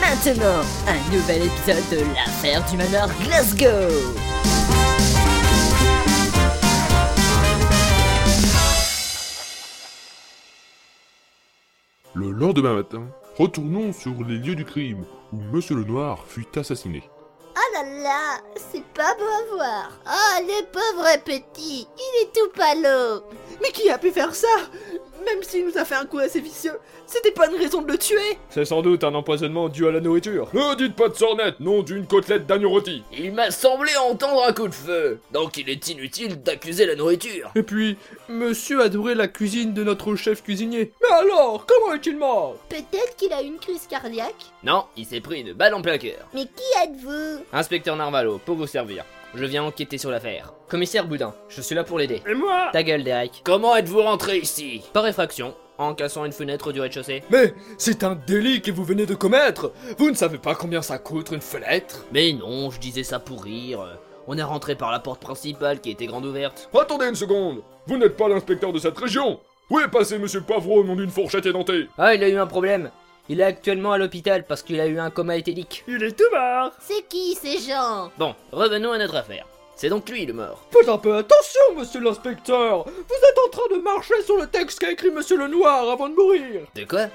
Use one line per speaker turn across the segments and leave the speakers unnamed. maintenant un nouvel épisode de l'affaire du manoir Glasgow.
Le lendemain matin, retournons sur les lieux du crime où Monsieur le Noir fut assassiné.
Oh là là, c'est pas beau à voir. Oh, le pauvre petit, il est tout palo.
Mais qui a pu faire ça Même s'il nous a fait un coup assez vicieux, c'était pas une raison de le tuer
C'est sans doute un empoisonnement dû à la nourriture.
Ne dites pas de sornette, non d'une côtelette d'agneau rôti.
Il m'a semblé entendre un coup de feu, donc il est inutile d'accuser la nourriture.
Et puis, monsieur adorait la cuisine de notre chef cuisinier. Mais alors, comment est-il mort
Peut-être qu'il a eu une crise cardiaque.
Non, il s'est pris une balle en plein cœur.
Mais qui êtes-vous
Inspecteur Narvalo, pour vous servir. Je viens enquêter sur l'affaire. Commissaire Boudin, je suis là pour l'aider.
Et moi
Ta gueule, Derek. Comment êtes-vous rentré ici Par effraction, en cassant une fenêtre du rez-de-chaussée.
Mais c'est un délit que vous venez de commettre Vous ne savez pas combien ça coûte une fenêtre
Mais non, je disais ça pour rire. On est rentré par la porte principale qui était grande ouverte.
Attendez une seconde, vous n'êtes pas l'inspecteur de cette région. Où est passé Monsieur Poivreau au nom d'une fourchette édentée
Ah, il a eu un problème. Il est actuellement à l'hôpital parce qu'il a eu un coma éthélique.
Il est tout mort
C'est qui ces gens
Bon, revenons à notre affaire. C'est donc lui le mort.
Faites un peu attention, monsieur l'inspecteur Vous êtes en train de marcher sur le texte qu'a écrit monsieur le Noir avant de mourir
De quoi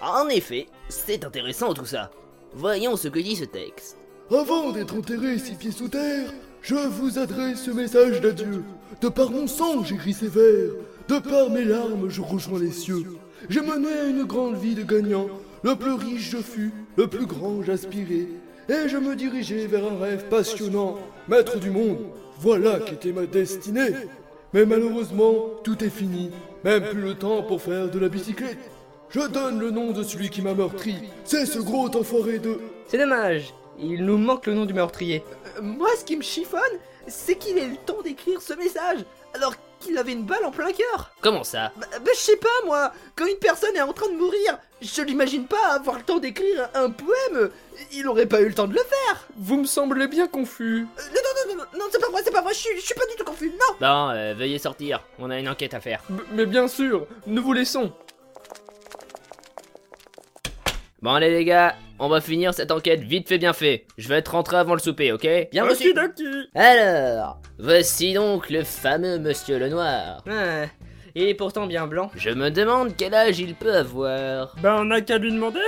En effet, c'est intéressant tout ça. Voyons ce que dit ce texte.
Avant d'être enterré six pieds sous terre, je vous adresse ce message d'adieu. De par mon sang, j'écris ces vers. De par mes larmes, je rejoins les cieux. J'ai mené une grande vie de gagnant. Le plus riche je fus, le plus grand j'aspirais. Et je me dirigeais vers un rêve passionnant. Maître du monde, voilà qu'était ma destinée. Mais malheureusement, tout est fini. Même plus le temps pour faire de la bicyclette. Je donne le nom de celui qui m'a meurtri. C'est ce gros enfoiré de...
C'est dommage. Il nous manque le nom du meurtrier.
Euh, Moi, ce qui me chiffonne, c'est qu'il ait eu le temps d'écrire ce message, alors qu'il avait une balle en plein cœur
Comment ça
Bah, bah, je sais pas, moi Quand une personne est en train de mourir, je l'imagine pas avoir le temps d'écrire un poème Il aurait pas eu le temps de le faire
Vous me semblez bien confus.
Euh, Non, non, non, non, non, c'est pas vrai, c'est pas vrai, je suis- je suis pas du tout confus, non
Bon, euh, veuillez sortir. On a une enquête à faire.
B- mais bien sûr, nous vous laissons.
Bon allez les gars, on va finir cette enquête vite fait bien fait. Je vais être rentré avant le souper, ok
Euh,
Bien
Merci, Doki.
Alors, voici donc le fameux Monsieur Lenoir.
il est pourtant bien blanc.
Je me demande quel âge il peut avoir.
Bah on a qu'à lui demander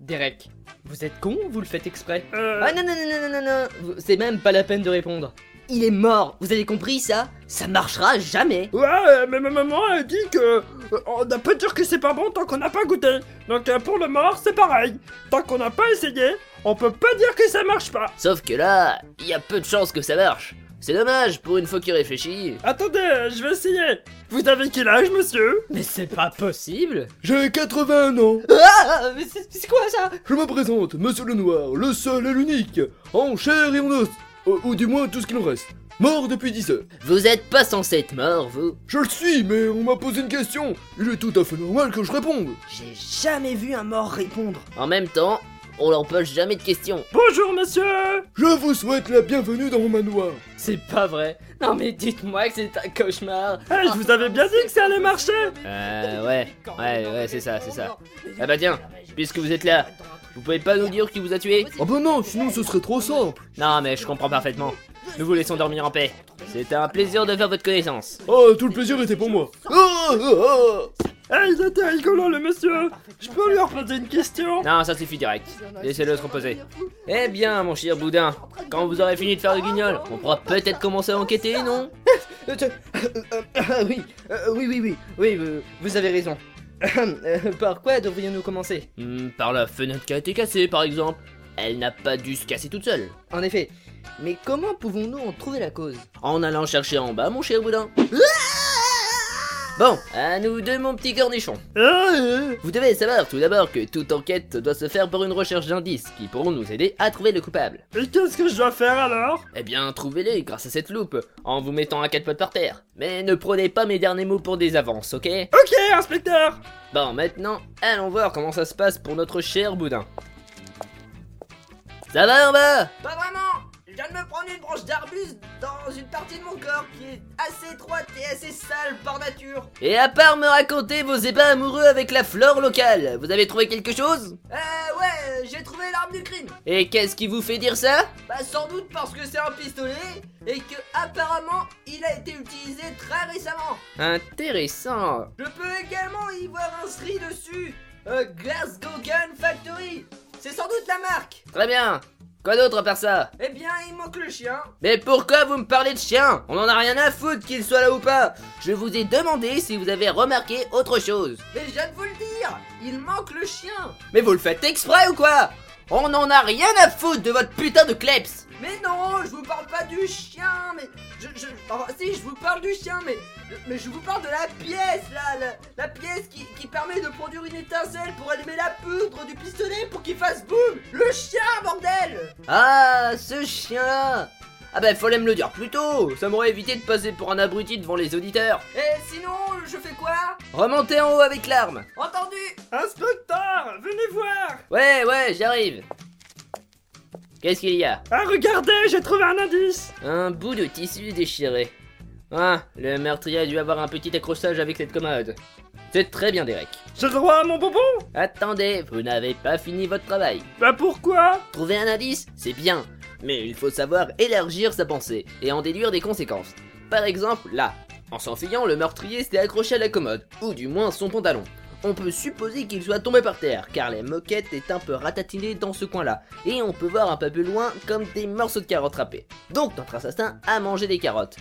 Derek, vous êtes con ou vous le faites exprès
Euh...
Ah non, non, non, non, non, non, non, vous- c'est même pas la peine de répondre. Il est mort, vous avez compris ça Ça marchera jamais
Ouais, euh, mais ma maman a dit que... euh, On n'a pas dire que c'est pas bon tant qu'on n'a pas goûté. Donc euh, pour le mort, c'est pareil. Tant qu'on n'a pas essayé, on peut pas dire que ça marche pas.
Sauf que là, il y a peu de chances que ça marche. C'est dommage pour une fois qu'il réfléchit.
Attendez, euh, je vais essayer. Vous avez quel âge, monsieur
Mais c'est pas possible
J'ai 81 ans.
Ah Mais c'est c'est quoi ça
Je me présente, Monsieur le Noir, le seul et l'unique, en chair et en os, euh, ou du moins tout ce qu'il en reste. Mort depuis 10 heures.
Vous êtes pas censé être mort, vous.
Je le suis, mais on m'a posé une question. Il est tout à fait normal que je réponde.
J'ai jamais vu un mort répondre.
En même temps, on leur pose jamais de questions.
Bonjour, monsieur
Je vous souhaite la bienvenue dans mon manoir.
C'est pas vrai. Non mais dites-moi que c'est un cauchemar.
Eh, je vous avais bien dit que ça allait marcher
Euh, ouais, ouais, ouais, c'est ça, c'est ça. Ah bah tiens, puisque vous êtes là, vous pouvez pas nous dire qui vous a tué
Ah ben non, sinon ce serait trop simple.
Non, mais je comprends parfaitement. Nous vous laissons dormir en paix. C'était un plaisir de faire votre connaissance.
Oh, tout le plaisir était pour moi. Ah, ah, ah.
Eh, il était rigolant, le monsieur Je peux lui reposer une question
Non, ça suffit direct. Laissez-le se reposer. Eh bien, mon cher Boudin, quand vous aurez fini de faire le guignol, on pourra peut-être commencer à enquêter, non
Euh, tiens, euh, euh, ah, oui, euh, oui, oui, oui, oui, vous- vous avez raison. Euh, Par quoi devrions-nous commencer
Hmm, Par la fenêtre qui a été cassée, par exemple. Elle n'a pas dû se casser toute seule.
En effet. Mais comment pouvons-nous en trouver la cause
En allant chercher en bas, mon cher Boudin. Bon, à nous deux, mon petit cornichon.
Eh,
Vous devez savoir tout d'abord que toute enquête doit se faire par une recherche d'indices qui pourront nous aider à trouver le coupable.
Et qu'est-ce que je dois faire alors
Eh bien, trouvez-les grâce à cette loupe, en vous mettant à quatre pattes par terre. Mais ne prenez pas mes derniers mots pour des avances, ok
Ok, inspecteur
Bon, maintenant, allons voir comment ça se passe pour notre cher boudin. Ça va en bas
Pas vraiment Je viens de me prendre une branche d'arbuste dans une partie de mon corps qui est assez étroite et assez sale par nature.
Et à part me raconter vos ébats amoureux avec la flore locale, vous avez trouvé quelque chose
Euh, ouais, euh, j'ai trouvé l'arme du crime.
Et qu'est-ce qui vous fait dire ça
Bah, sans doute parce que c'est un pistolet et que, apparemment, il a été utilisé très récemment.
Intéressant.
Je peux également y voir inscrit dessus euh, Glasgow Gun Factory. C'est sans doute la marque.
Très bien. Quoi d'autre à part ça
Eh bien, il manque le chien.
Mais pourquoi vous me parlez de chien On en a rien à foutre qu'il soit là ou pas Je vous ai demandé si vous avez remarqué autre chose.
Mais je viens de vous le dire, il manque le chien.
Mais vous le faites exprès ou quoi On n'en a rien à foutre de votre putain de kleps
Mais non, je vous parle pas du chien, mais je, je enfin, si je vous parle du chien, mais mais je vous parle de la pièce là, la, la pièce qui, qui permet de produire une étincelle pour allumer la poudre du pistolet pour qu'il fasse boum. Le chien, bordel.
Ah, ce chien-là Ah bah fallait me le dire plus tôt Ça m'aurait évité de passer pour un abruti devant les auditeurs
Et Eh, sinon, je fais quoi
Remontez en haut avec l'arme
Entendu
Inspecteur, venez voir
Ouais, ouais, j'arrive Qu'est-ce qu'il y a
Ah, regardez, j'ai trouvé un indice
Un bout de tissu déchiré. Ah, le meurtrier a dû avoir un petit accrochage avec cette commode. C'est très bien, Derek.
J'ai le droit à mon bonbon
Attendez, vous n'avez pas fini votre travail.
Bah pourquoi
Trouver un indice, c'est bien, mais il faut savoir élargir sa pensée et en déduire des conséquences. Par exemple, là, en s'enfuyant, le meurtrier s'était accroché à la commode, ou du moins son pantalon. On peut supposer qu'il soit tombé par terre, car la moquette est un peu ratatinée dans ce coin-là, et on peut voir un peu plus loin comme des morceaux de carottes râpées. Donc notre assassin a mangé des carottes.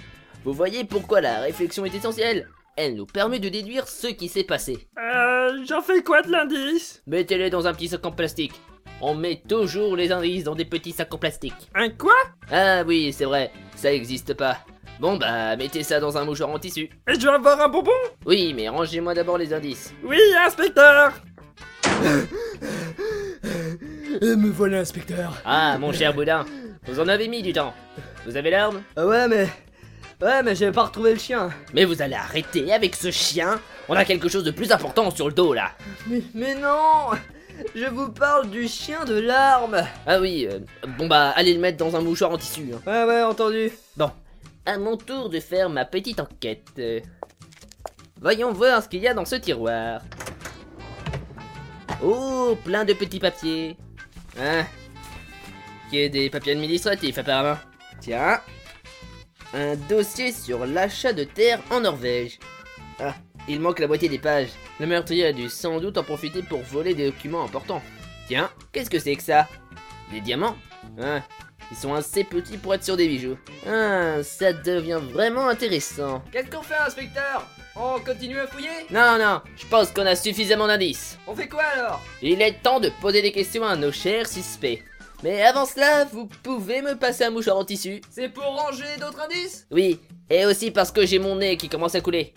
Vous voyez pourquoi la réflexion est essentielle Elle nous permet de déduire ce qui s'est passé.
Euh, j'en fais quoi de l'indice
Mettez-le dans un petit sac en plastique. On met toujours les indices dans des petits sacs en plastique.
Un quoi
Ah oui, c'est vrai, ça existe pas. Bon bah, mettez ça dans un mouchoir en tissu.
Et je vais avoir un bonbon
Oui, mais rangez-moi d'abord les indices.
Oui, inspecteur
Et me voilà, inspecteur.
Ah, mon cher Boudin, vous en avez mis du temps. Vous avez l'arme
Ah ouais, mais. Ouais, mais j'ai pas retrouvé le chien.
Mais vous allez arrêter avec ce chien On a quelque chose de plus important sur le dos là
Mais, mais non Je vous parle du chien de l'arme.
Ah oui, euh, bon bah, allez le mettre dans un mouchoir en tissu. hein.
Ouais, ouais, entendu.
À mon tour de faire ma petite enquête. Euh, Voyons voir ce qu'il y a dans ce tiroir. Oh, plein de petits papiers. Hein Que des papiers administratifs apparemment. Tiens. Un dossier sur l'achat de terre en Norvège. Ah, il manque la moitié des pages. Le meurtrier a dû sans doute en profiter pour voler des documents importants. Tiens, qu'est-ce que c'est que ça Des diamants Hein Ils sont assez petits pour être sur des bijoux. Ah, ça devient vraiment intéressant.
Qu'est-ce qu'on fait, inspecteur On continue à fouiller
Non, non, je pense qu'on a suffisamment d'indices.
On fait quoi alors
Il est temps de poser des questions à nos chers suspects. Mais avant cela, vous pouvez me passer un mouchoir en tissu
C'est pour ranger d'autres indices
Oui, et aussi parce que j'ai mon nez qui commence à couler.